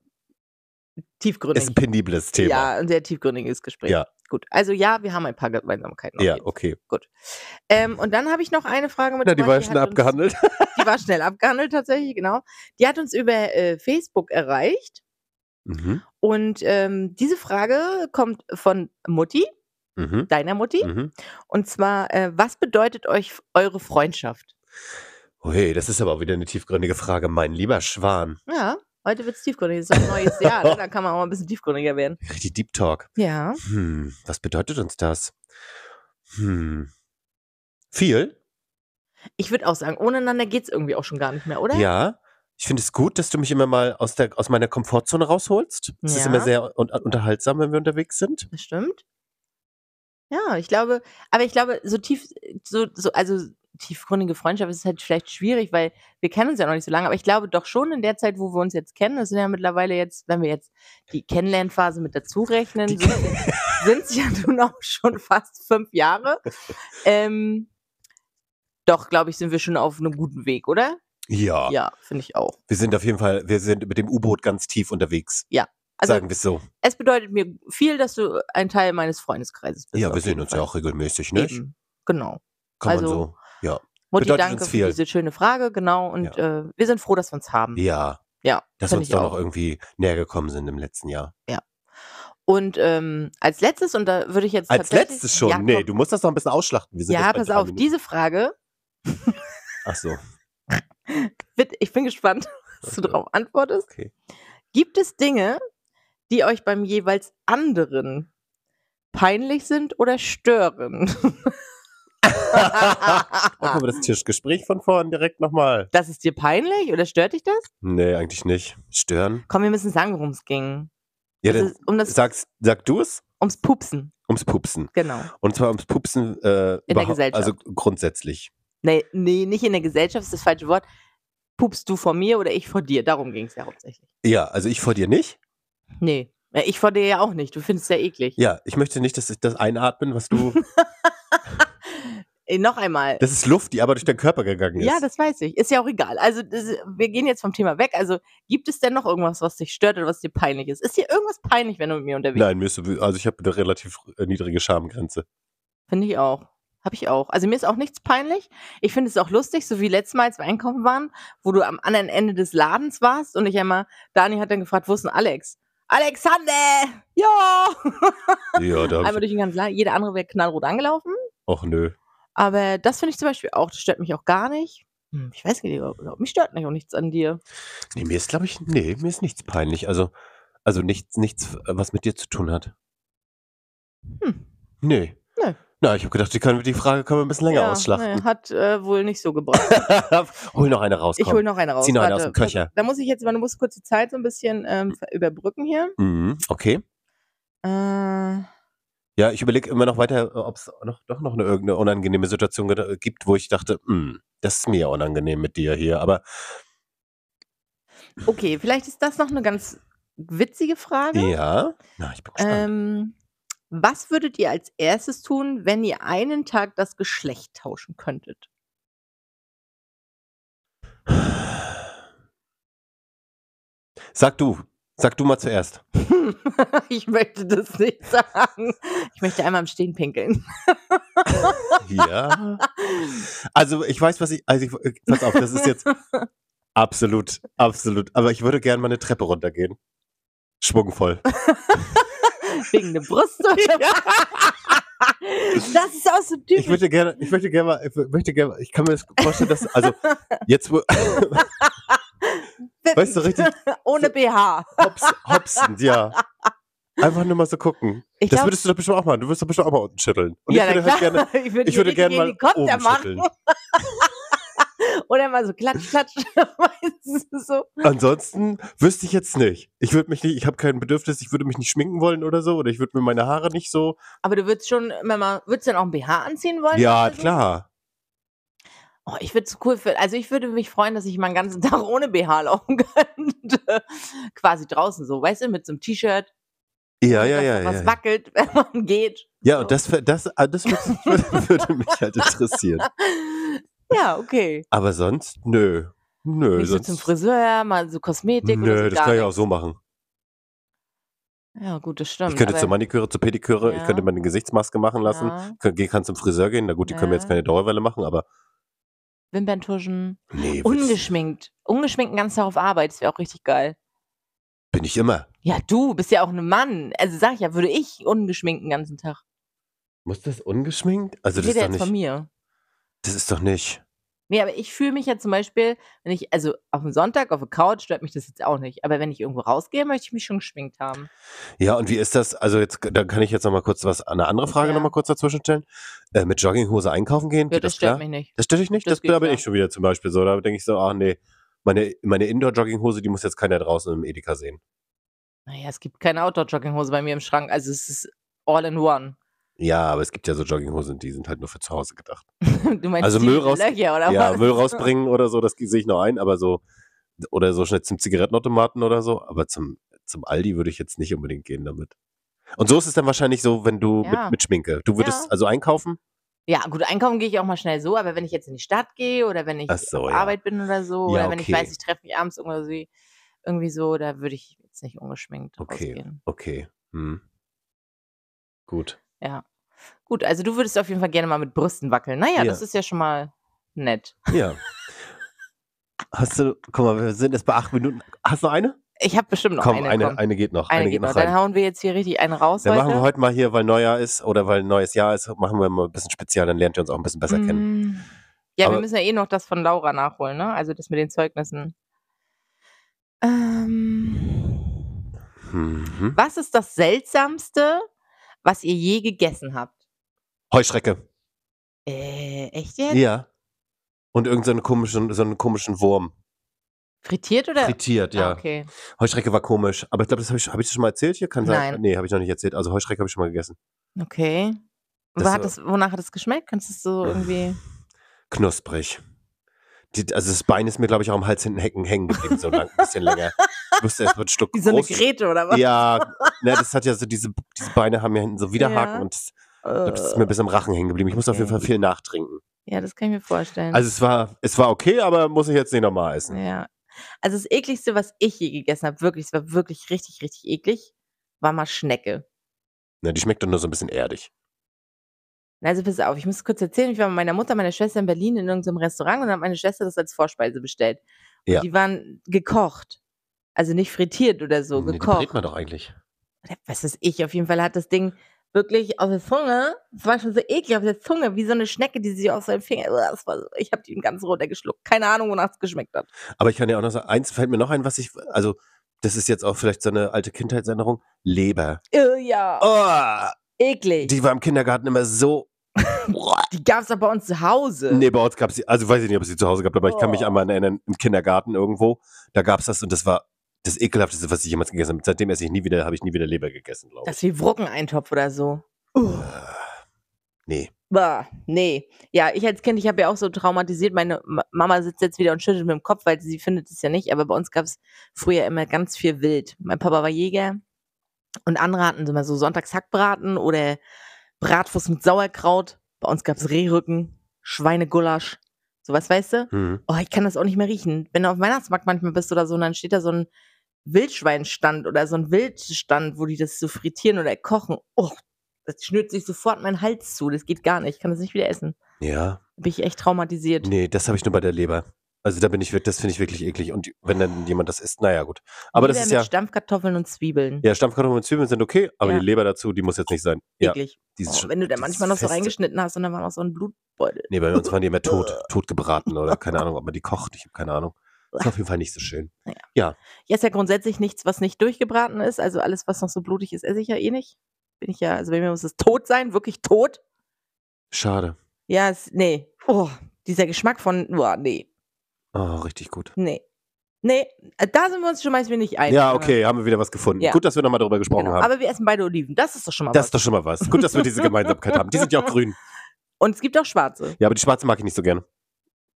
Speaker 2: ist
Speaker 1: Tiefgründig.
Speaker 2: ein pendibles Thema.
Speaker 1: Ja, ein sehr tiefgründiges Gespräch.
Speaker 2: Ja.
Speaker 1: Gut, also ja, wir haben ein paar Gemeinsamkeiten. auf
Speaker 2: Ja,
Speaker 1: jeden Fall.
Speaker 2: okay.
Speaker 1: Gut. Ähm, und dann habe ich noch eine Frage mit
Speaker 2: Na, die
Speaker 1: Thomas,
Speaker 2: war schon
Speaker 1: hat uns-
Speaker 2: abgehandelt.
Speaker 1: Die war schnell abgehandelt, tatsächlich, genau. Die hat uns über äh, Facebook erreicht.
Speaker 2: Mhm.
Speaker 1: Und ähm, diese Frage kommt von Mutti,
Speaker 2: Mhm.
Speaker 1: deiner Mutti.
Speaker 2: Mhm.
Speaker 1: Und zwar, äh, was bedeutet euch f- eure Freundschaft?
Speaker 2: Oh, hey, das ist aber auch wieder eine tiefgründige Frage. Mein lieber Schwan.
Speaker 1: Ja, heute wird es tiefgründig. Es ist ein neues Jahr, ne? da kann man auch mal ein bisschen tiefgründiger werden.
Speaker 2: Richtig Deep Talk.
Speaker 1: Ja.
Speaker 2: Hm, was bedeutet uns das? Hm. Viel?
Speaker 1: Ich würde auch sagen, ohne einander geht es irgendwie auch schon gar nicht mehr, oder?
Speaker 2: Ja. Ich finde es gut, dass du mich immer mal aus, der, aus meiner Komfortzone rausholst. Es ist
Speaker 1: Ja.
Speaker 2: immer sehr un unterhaltsam, wenn wir unterwegs sind.
Speaker 1: Das stimmt. Ja, ich glaube, aber ich glaube, so tief, so, so, also tiefgründige Freundschaft ist halt vielleicht schwierig, weil wir kennen uns ja noch nicht so lange, aber ich glaube doch schon in der Zeit, wo wir uns jetzt kennen, das sind ja mittlerweile jetzt, wenn wir jetzt die Kennenlernphase mit dazu rechnen,
Speaker 2: Die-
Speaker 1: sind es ja nun auch schon fast fünf Jahre. Ähm, doch, glaube ich, sind wir schon auf einem guten Weg, oder?
Speaker 2: Ja.
Speaker 1: Ja, finde ich auch.
Speaker 2: Wir sind auf jeden Fall, wir sind mit dem U-Boot ganz tief unterwegs.
Speaker 1: Also
Speaker 2: sagen wir es so.
Speaker 1: es bedeutet mir viel, dass du ein Teil meines Freundeskreises bist.
Speaker 2: Ja,
Speaker 1: auf
Speaker 2: wir sehen
Speaker 1: jeden
Speaker 2: uns
Speaker 1: Fall.
Speaker 2: ja auch regelmäßig, nicht?
Speaker 1: Eben. Genau.
Speaker 2: Kann man
Speaker 1: also-
Speaker 2: so. Ja.
Speaker 1: Mutti,
Speaker 2: Bedeutet
Speaker 1: danke
Speaker 2: uns
Speaker 1: für
Speaker 2: viel.
Speaker 1: diese schöne Frage, genau. Und äh, wir sind froh, dass wir uns haben.
Speaker 2: Ja,
Speaker 1: Ja,
Speaker 2: dass wir
Speaker 1: finde
Speaker 2: uns
Speaker 1: ich
Speaker 2: doch
Speaker 1: auch.
Speaker 2: noch irgendwie näher gekommen sind im letzten Jahr.
Speaker 1: Und ähm, als letztes, und da würde ich jetzt
Speaker 2: Als
Speaker 1: tatsächlich-
Speaker 2: letztes schon.
Speaker 1: Ja,
Speaker 2: nee,
Speaker 1: komm.
Speaker 2: du musst das noch ein bisschen ausschlachten. Wir sind
Speaker 1: ja
Speaker 2: jetzt bei
Speaker 1: pass
Speaker 2: drei
Speaker 1: auf,
Speaker 2: Minuten.
Speaker 1: diese Frage,
Speaker 2: Ach so,
Speaker 1: wird, ich bin gespannt, was du
Speaker 2: Okay.
Speaker 1: darauf antwortest.
Speaker 2: okay.
Speaker 1: Gibt es Dinge, die euch beim jeweils anderen peinlich sind oder stören?
Speaker 2: Machen wir das Tischgespräch von vorn direkt nochmal.
Speaker 1: das ist dir peinlich oder stört dich das?
Speaker 2: Nee, eigentlich nicht. Stören?
Speaker 1: Komm, wir müssen sagen, worum es ging.
Speaker 2: Ja,
Speaker 1: Es
Speaker 2: dann
Speaker 1: ist um das,
Speaker 2: sagst, sag du es?
Speaker 1: ums Pupsen,
Speaker 2: Ums Pupsen.
Speaker 1: genau.
Speaker 2: Und zwar ums Pupsen äh,
Speaker 1: der
Speaker 2: überhaupt-
Speaker 1: Gesellschaft.
Speaker 2: Also grundsätzlich.
Speaker 1: Nee, nee, nicht in der Gesellschaft, ist das falsche Wort. Pupst du vor mir oder ich vor dir? Darum ging es ja hauptsächlich.
Speaker 2: Ja, also ich vor dir nicht.
Speaker 1: Nee, Ja, ich vor dir ja auch nicht. Du findest ja eklig.
Speaker 2: Ja, ich möchte nicht, dass ich das einatmen, was du.
Speaker 1: Äh, noch einmal.
Speaker 2: Das ist Luft, die aber durch deinen Körper gegangen ist.
Speaker 1: Ja, das weiß ich. Ist ja auch egal. Also, das, wir gehen jetzt vom Thema weg. Also, gibt es denn noch irgendwas, was dich stört oder was dir peinlich ist? Ist dir irgendwas peinlich, wenn du mit mir unterwegs bist?
Speaker 2: Nein, mir ist, so- also ich habe eine relativ äh, niedrige Schamgrenze.
Speaker 1: Finde ich auch. Habe ich auch. Also, mir ist auch nichts peinlich. Ich finde es auch lustig, so wie letztes Mal, als wir einkaufen waren, wo du am anderen Ende des Ladens warst und ich einmal, Dani hat dann gefragt, wo ist denn Alex? Alexander! Ja!
Speaker 2: Ja, da
Speaker 1: Einmal
Speaker 2: habe ich.
Speaker 1: durch den ganzen Laden. Jeder andere wäre knallrot angelaufen.
Speaker 2: Och nö.
Speaker 1: Aber das finde ich zum Beispiel auch. Das stört mich auch gar nicht. Hm, Ich weiß nicht, ob- mich stört nicht auch nichts an dir.
Speaker 2: Nee, mir ist, glaube ich, nee, mir ist nichts peinlich. Also, also nichts, nichts, äh, was mit dir zu tun hat.
Speaker 1: Hm.
Speaker 2: Nee.
Speaker 1: Nee.
Speaker 2: Na, ich habe gedacht, die, können, wir- die Frage können wir ein bisschen länger
Speaker 1: Ja,
Speaker 2: ausschlachten.
Speaker 1: naja, hat äh, wohl nicht so gebracht.
Speaker 2: hol noch eine raus.
Speaker 1: ich
Speaker 2: komm.
Speaker 1: hole noch eine raus.
Speaker 2: Zieh noch eine aus
Speaker 1: warte.
Speaker 2: dem Köcher.
Speaker 1: Da muss ich jetzt, man muss kurz die Zeit so ein bisschen ähm, ver- überbrücken hier.
Speaker 2: Mhm, okay.
Speaker 1: Äh,
Speaker 2: Ja, ich überlege immer noch weiter, ob es noch, doch noch eine, irgendeine unangenehme Situation ged- gibt, wo ich dachte, hm, das ist mir ja unangenehm mit dir hier. Aber
Speaker 1: okay, vielleicht ist das noch eine ganz witzige Frage.
Speaker 2: ja, na, ich bin gespannt.
Speaker 1: Ähm, was würdet ihr als erstes tun, wenn ihr einen Tag das Geschlecht tauschen könntet? Ähm.
Speaker 2: Sag du, sag du mal zuerst.
Speaker 1: ich möchte das nicht sagen. Ich möchte einmal im Stehen pinkeln.
Speaker 2: Ja. Also ich weiß, was ich. Also ich, äh, pass auf, das ist jetzt absolut, absolut. Aber ich würde gerne mal eine Treppe runtergehen. Schwungvoll.
Speaker 1: Wegen der Brust. das ist auch so typisch.
Speaker 2: Ich würde gerne, ich möchte gerne mal, ich möchte gerne mal, ich kann mir das vorstellen, dass, also jetzt wo- weißt du, richtig
Speaker 1: Ohne BH.
Speaker 2: hops, hopsend, ja. Einfach nur mal so gucken.
Speaker 1: Ich
Speaker 2: das
Speaker 1: glaub-
Speaker 2: würdest du doch bestimmt auch machen. Du würdest doch bestimmt auch mal unten schütteln. Und ich
Speaker 1: na
Speaker 2: würde halt
Speaker 1: klar.
Speaker 2: gerne,
Speaker 1: ich würde,
Speaker 2: ich würde
Speaker 1: die
Speaker 2: gerne mal
Speaker 1: Helikopter
Speaker 2: oben
Speaker 1: machen.
Speaker 2: schütteln.
Speaker 1: Oder mal so klatsch, klatsch. weißt du, so.
Speaker 2: Ansonsten wüsste ich jetzt nicht. Ich würde mich nicht, ich habe kein Bedürfnis, ich würde mich nicht schminken wollen oder so. Oder ich würde mir meine Haare nicht so.
Speaker 1: Aber du würdest schon immer mal, würdest du dann auch ein BH anziehen wollen?
Speaker 2: Ja,
Speaker 1: oder so?
Speaker 2: klar.
Speaker 1: Oh, ich würde es cool finden. Also ich würde mich freuen, dass ich mal einen ganzen Tag ohne BH laufen könnte. Quasi draußen so, weißt du, mit so einem T-Shirt,
Speaker 2: Ja, ja,
Speaker 1: dass
Speaker 2: ja.
Speaker 1: da
Speaker 2: Ja,
Speaker 1: was
Speaker 2: ja.
Speaker 1: wackelt, wenn man geht.
Speaker 2: ja und das, das, ah, das würde, würde mich halt interessieren.
Speaker 1: Ja, okay.
Speaker 2: Aber sonst, nö. Nö,
Speaker 1: Nicht so
Speaker 2: sonst.
Speaker 1: zum Friseur, mal so Kosmetik oder
Speaker 2: nö,
Speaker 1: so.
Speaker 2: das
Speaker 1: gar
Speaker 2: kann ich auch
Speaker 1: nicht.
Speaker 2: so machen.
Speaker 1: Ja, gut, das stimmt.
Speaker 2: Ich könnte
Speaker 1: aber-
Speaker 2: zur Maniküre, zur Pediküre, ich
Speaker 1: Ja.
Speaker 2: könnte meine Gesichtsmaske machen lassen.
Speaker 1: Ja,
Speaker 2: Kann, kann zum Friseur gehen. Na gut, die können wir jetzt
Speaker 1: Ja.
Speaker 2: keine Dauerwelle machen, aber
Speaker 1: Wimperntuschen.
Speaker 2: nee, willst-
Speaker 1: Ungeschminkt. Ungeschminkt den ganzen Tag auf Arbeit. Das wäre auch richtig geil.
Speaker 2: bin ich immer.
Speaker 1: Ja, du bist ja auch ein Mann. Also sag ich ja, würde ich ungeschminkt den ganzen Tag.
Speaker 2: Muss das ungeschminkt? Also
Speaker 1: Ich
Speaker 2: das
Speaker 1: rede
Speaker 2: ist doch
Speaker 1: jetzt von
Speaker 2: nicht.
Speaker 1: mir.
Speaker 2: Das ist doch nicht.
Speaker 1: Nee, Ne, aber ich fühle mich ja zum Beispiel, wenn ich, also auf dem Sonntag auf der Couch stört mich das jetzt auch nicht. Aber wenn ich irgendwo rausgehe, möchte ich mich schon geschminkt haben.
Speaker 2: Ja, und wie ist das? Also jetzt, da kann ich jetzt noch mal kurz was, eine andere Frage
Speaker 1: Ja.
Speaker 2: noch mal kurz dazwischen stellen. Äh, mit Jogginghose einkaufen gehen,
Speaker 1: Ja,
Speaker 2: geht
Speaker 1: das
Speaker 2: das
Speaker 1: stört
Speaker 2: klar?
Speaker 1: mich nicht.
Speaker 2: Das stört dich nicht?
Speaker 1: Das
Speaker 2: Das,
Speaker 1: geht
Speaker 2: da bin
Speaker 1: klar.
Speaker 2: ich schon wieder zum Beispiel so. Da denke ich so, ach nee, meine, meine Indoor-Jogginghose, die muss jetzt keiner draußen im Edeka sehen.
Speaker 1: Naja, es gibt keine Outdoor-Jogginghose bei mir im Schrank. Also es ist all in one.
Speaker 2: Ja, aber es gibt ja so Jogginghosen, die sind halt nur für zu Hause gedacht.
Speaker 1: Du meinst
Speaker 2: Also
Speaker 1: die
Speaker 2: Müll raus-
Speaker 1: Löcher, oder
Speaker 2: ja,
Speaker 1: was?
Speaker 2: Müll rausbringen oder so, das sehe ich noch ein, aber so, oder so schnell zum Zigarettenautomaten oder so, aber zum, zum Aldi würde ich jetzt nicht unbedingt gehen damit. Und so ist es dann wahrscheinlich so, wenn du
Speaker 1: Ja.
Speaker 2: mit, mit Schminke. Du würdest
Speaker 1: Ja.
Speaker 2: also einkaufen?
Speaker 1: Ja, gut, einkaufen gehe ich auch mal schnell so, aber wenn ich jetzt in die Stadt gehe oder wenn ich
Speaker 2: Ach so,
Speaker 1: auf
Speaker 2: ja.
Speaker 1: Arbeit bin oder so,
Speaker 2: Ja,
Speaker 1: oder wenn ich
Speaker 2: okay.
Speaker 1: weiß, ich treffe mich abends irgendwie, irgendwie so, da würde ich jetzt nicht ungeschminkt
Speaker 2: Okay.
Speaker 1: rausgehen.
Speaker 2: Okay. Hm. Gut.
Speaker 1: Ja. Gut, also du würdest auf jeden Fall gerne mal mit Brüsten wackeln. Naja,
Speaker 2: Ja.
Speaker 1: das ist ja schon mal nett.
Speaker 2: Ja. Hast du, guck mal, wir sind jetzt bei acht Minuten. Hast du noch eine?
Speaker 1: Ich habe bestimmt noch
Speaker 2: komm,
Speaker 1: eine.
Speaker 2: eine,
Speaker 1: komm.
Speaker 2: eine geht noch.
Speaker 1: Eine geht noch. Dann
Speaker 2: rein.
Speaker 1: hauen wir jetzt hier richtig einen raus.
Speaker 2: halt Dann
Speaker 1: heute.
Speaker 2: machen wir heute mal hier, weil Neujahr ist oder weil neues Jahr ist, machen wir mal ein bisschen spezial, dann lernt ihr uns auch ein bisschen besser kennen.
Speaker 1: Mm. Ja,
Speaker 2: Aber-
Speaker 1: wir müssen ja eh noch das von Laura nachholen, ne? Also das mit den Zeugnissen. Ähm,
Speaker 2: Mhm.
Speaker 1: was ist das Seltsamste, was ihr je gegessen habt?
Speaker 2: Heuschrecke.
Speaker 1: Äh, echt jetzt?
Speaker 2: Ja. Und irgendeinen so einen komischen, so einen komischen Wurm.
Speaker 1: Frittiert oder?
Speaker 2: Frittiert,
Speaker 1: Ah,
Speaker 2: ja.
Speaker 1: okay.
Speaker 2: Heuschrecke war komisch, aber ich glaube, das habe ich, hab ich das schon mal erzählt hier? Kann sein.
Speaker 1: Nein.
Speaker 2: Nee, habe ich noch nicht erzählt. Also Heuschrecke habe ich schon mal gegessen.
Speaker 1: Okay. Und
Speaker 2: Das
Speaker 1: wo hat
Speaker 2: war-
Speaker 1: das, wonach hat es geschmeckt? Kannst du es so irgendwie.
Speaker 2: Knusprig. Die, also das Bein ist mir, glaube ich, auch am Hals hinten hängen, hängen geblieben, so lang, ein bisschen länger. Ich wusste erst mal ein Stück
Speaker 1: Wie so eine
Speaker 2: groß-
Speaker 1: Grete oder was?
Speaker 2: Ja, ne, das hat ja so diese, diese Beine haben ja hinten so Widerhaken
Speaker 1: Ja.
Speaker 2: und das, ich
Speaker 1: Äh, Mhm.
Speaker 2: glaub, das ist mir bis am Rachen hängen geblieben. Ich muss auf jeden Fall viel nachtrinken.
Speaker 1: ja, das kann ich mir vorstellen.
Speaker 2: Also es war, es war okay, aber muss ich jetzt nicht nochmal essen.
Speaker 1: Ja. Also das ekligste, was ich je gegessen habe, wirklich, es war wirklich richtig, richtig eklig, war mal Schnecke.
Speaker 2: Ne, die schmeckt doch nur so ein bisschen erdig.
Speaker 1: Na, Also pass auf, ich muss kurz erzählen, ich war mit meiner Mutter, meiner Schwester in Berlin in irgendeinem Restaurant und habe meine Schwester das als Vorspeise bestellt. Und
Speaker 2: Ja.
Speaker 1: die waren gekocht. Also nicht frittiert oder so,
Speaker 2: Nee, die
Speaker 1: gekocht.
Speaker 2: brät man doch eigentlich.
Speaker 1: Oder was weiß ich, auf jeden Fall hat das Ding wirklich auf der Zunge, es war schon so eklig auf der Zunge, wie so eine Schnecke, die sich aus seinem Finger, Uah, das war so, ich habe die ganz runtergeschluckt. Keine Ahnung, wonach es geschmeckt hat.
Speaker 2: Aber ich kann ja auch noch sagen, eins fällt mir noch ein, was ich, also das ist jetzt auch vielleicht so eine alte Kindheitserinnerung, Leber.
Speaker 1: Äh, ja,
Speaker 2: Oh,
Speaker 1: eklig.
Speaker 2: die war im Kindergarten immer so,
Speaker 1: Die gab es doch bei uns zu Hause.
Speaker 2: nee, bei uns gab es, also weiß ich nicht, ob es die zu Hause gab, aber ich kann mich
Speaker 1: Äh. Oh.
Speaker 2: einmal erinnern, im Kindergarten irgendwo, da gab es das und das war das ekelhafteste, was ich jemals gegessen habe. Seitdem esse ich nie wieder, habe ich nie wieder Leber gegessen, glaube ich.
Speaker 1: Das ist wie Wruckeneintopf oder so.
Speaker 2: Nee.
Speaker 1: Bah, nee. Ja, ich als Kind, ich habe ja auch so traumatisiert. Meine Ma- Mama sitzt jetzt wieder und schüttelt mit dem Kopf, weil sie findet es ja nicht. Aber bei uns gab es früher immer ganz viel Wild. Mein Papa war Jäger und andere hatten immer so sonntags Hackbraten oder Bratwurst mit Sauerkraut. Bei uns gab es Rehrücken, Schweinegulasch, sowas, weißt du?
Speaker 2: Hm.
Speaker 1: Oh, ich kann das auch nicht mehr riechen. Wenn du auf dem Weihnachtsmarkt manchmal bist oder so, und dann steht da so ein Wildschweinstand oder so ein Wildstand, wo die das so frittieren oder kochen. Oh, das schnürt sich sofort meinen Hals zu. Das geht gar nicht. Ich kann das nicht wieder essen.
Speaker 2: Ja.
Speaker 1: Da bin ich echt traumatisiert.
Speaker 2: Nee, das habe ich nur bei der Leber. Also da bin ich, wirklich- das finde ich wirklich eklig. Und wenn dann jemand das isst, naja, gut. Aber das
Speaker 1: Lieber
Speaker 2: ist
Speaker 1: mit
Speaker 2: ja,
Speaker 1: Stampfkartoffeln und Zwiebeln.
Speaker 2: ja, Stampfkartoffeln und Zwiebeln sind okay, aber
Speaker 1: Ja.
Speaker 2: die Leber dazu, die muss jetzt nicht sein. Ja,
Speaker 1: Eklig.
Speaker 2: die ist
Speaker 1: Oh,
Speaker 2: schon-
Speaker 1: wenn du da
Speaker 2: die
Speaker 1: manchmal
Speaker 2: ist
Speaker 1: noch so
Speaker 2: fest.
Speaker 1: reingeschnitten hast und dann war noch so ein Blutbeutel.
Speaker 2: Nee, bei uns waren die immer tot, tot gebraten oder keine Ahnung, ob man die kocht. Ich habe keine Ahnung. Ist auf jeden Fall nicht so schön.
Speaker 1: Ja, ist ja grundsätzlich nichts, was nicht durchgebraten ist. Also alles, was noch so blutig ist, esse ich ja eh nicht. Bin ich ja, also bei mir muss es tot sein, wirklich tot.
Speaker 2: Schade.
Speaker 1: Ja, es, nee. Oh, dieser Geschmack von, boah, nee.
Speaker 2: Oh, richtig gut.
Speaker 1: Nee. Nee, äh, da sind wir uns schon mal nicht einig.
Speaker 2: Ja, okay, haben wir wieder was gefunden.
Speaker 1: Ja.
Speaker 2: Gut, dass wir nochmal darüber gesprochen
Speaker 1: Genau.
Speaker 2: haben.
Speaker 1: Aber wir essen beide Oliven. Das ist doch schon mal
Speaker 2: Das
Speaker 1: was.
Speaker 2: ist doch schon mal was. Gut, dass wir diese Gemeinsamkeit haben. Die sind ja auch grün.
Speaker 1: Und es gibt auch schwarze.
Speaker 2: Ja, aber die schwarze mag ich nicht so gerne.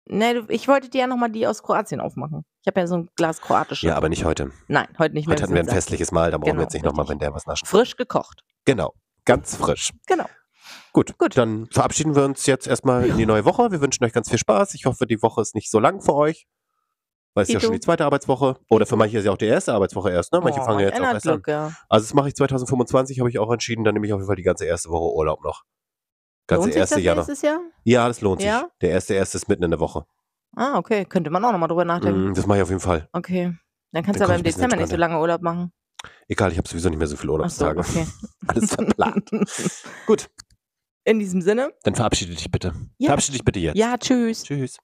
Speaker 1: Nee, du, ich wollte dir ja nochmal die aus Kroatien aufmachen. Ich habe ja so ein Glas kroatische.
Speaker 2: Ja, aber nicht heute.
Speaker 1: Nein, heute nicht mehr.
Speaker 2: Heute hatten wir ein
Speaker 1: sind satt.
Speaker 2: festliches Mahl, da brauchen
Speaker 1: Genau,
Speaker 2: wir jetzt nicht nochmal,
Speaker 1: richtig.
Speaker 2: wenn der was nachschaut.
Speaker 1: Frisch gekocht.
Speaker 2: Genau. Ganz frisch.
Speaker 1: Genau.
Speaker 2: Gut,
Speaker 1: Gut.
Speaker 2: dann verabschieden wir uns jetzt erstmal in die neue Woche. Wir wünschen euch ganz viel Spaß. Ich hoffe, die Woche ist nicht so lang für euch. Weil es ist ja
Speaker 1: Dito.
Speaker 2: schon die zweite Arbeitswoche. Oder für manche ist ja auch die erste Arbeitswoche erst,
Speaker 1: Oh,
Speaker 2: ne? Manche fangen ja jetzt auch erst an.
Speaker 1: Glück, ja.
Speaker 2: Also das mache ich 2025, habe ich auch entschieden. Dann nehme ich auf jeden Fall die ganze erste Woche Urlaub noch. Ganze
Speaker 1: Lohnt sich
Speaker 2: erste
Speaker 1: das
Speaker 2: Jahr noch.
Speaker 1: nächstes Jahr?
Speaker 2: Ja, das lohnt sich.
Speaker 1: Ja?
Speaker 2: Der erste erste ist mitten in der Woche.
Speaker 1: Ah, okay. Könnte man auch nochmal drüber nachdenken.
Speaker 2: Mhm, das mache ich auf jeden Fall.
Speaker 1: Okay. Dann kannst
Speaker 2: Dann
Speaker 1: du aber
Speaker 2: komm ich ein
Speaker 1: im
Speaker 2: bisschen
Speaker 1: Dezember nicht so lange Urlaub machen.
Speaker 2: Egal, ich habe sowieso nicht mehr so viele
Speaker 1: Ach so,
Speaker 2: Urlaubstage.
Speaker 1: okay.
Speaker 2: Alles verplant. Gut,
Speaker 1: In diesem Sinne,
Speaker 2: dann verabschiede dich bitte.
Speaker 1: Ja.
Speaker 2: Verabschiede dich bitte jetzt.
Speaker 1: ja, tschüss.
Speaker 2: Tschüss.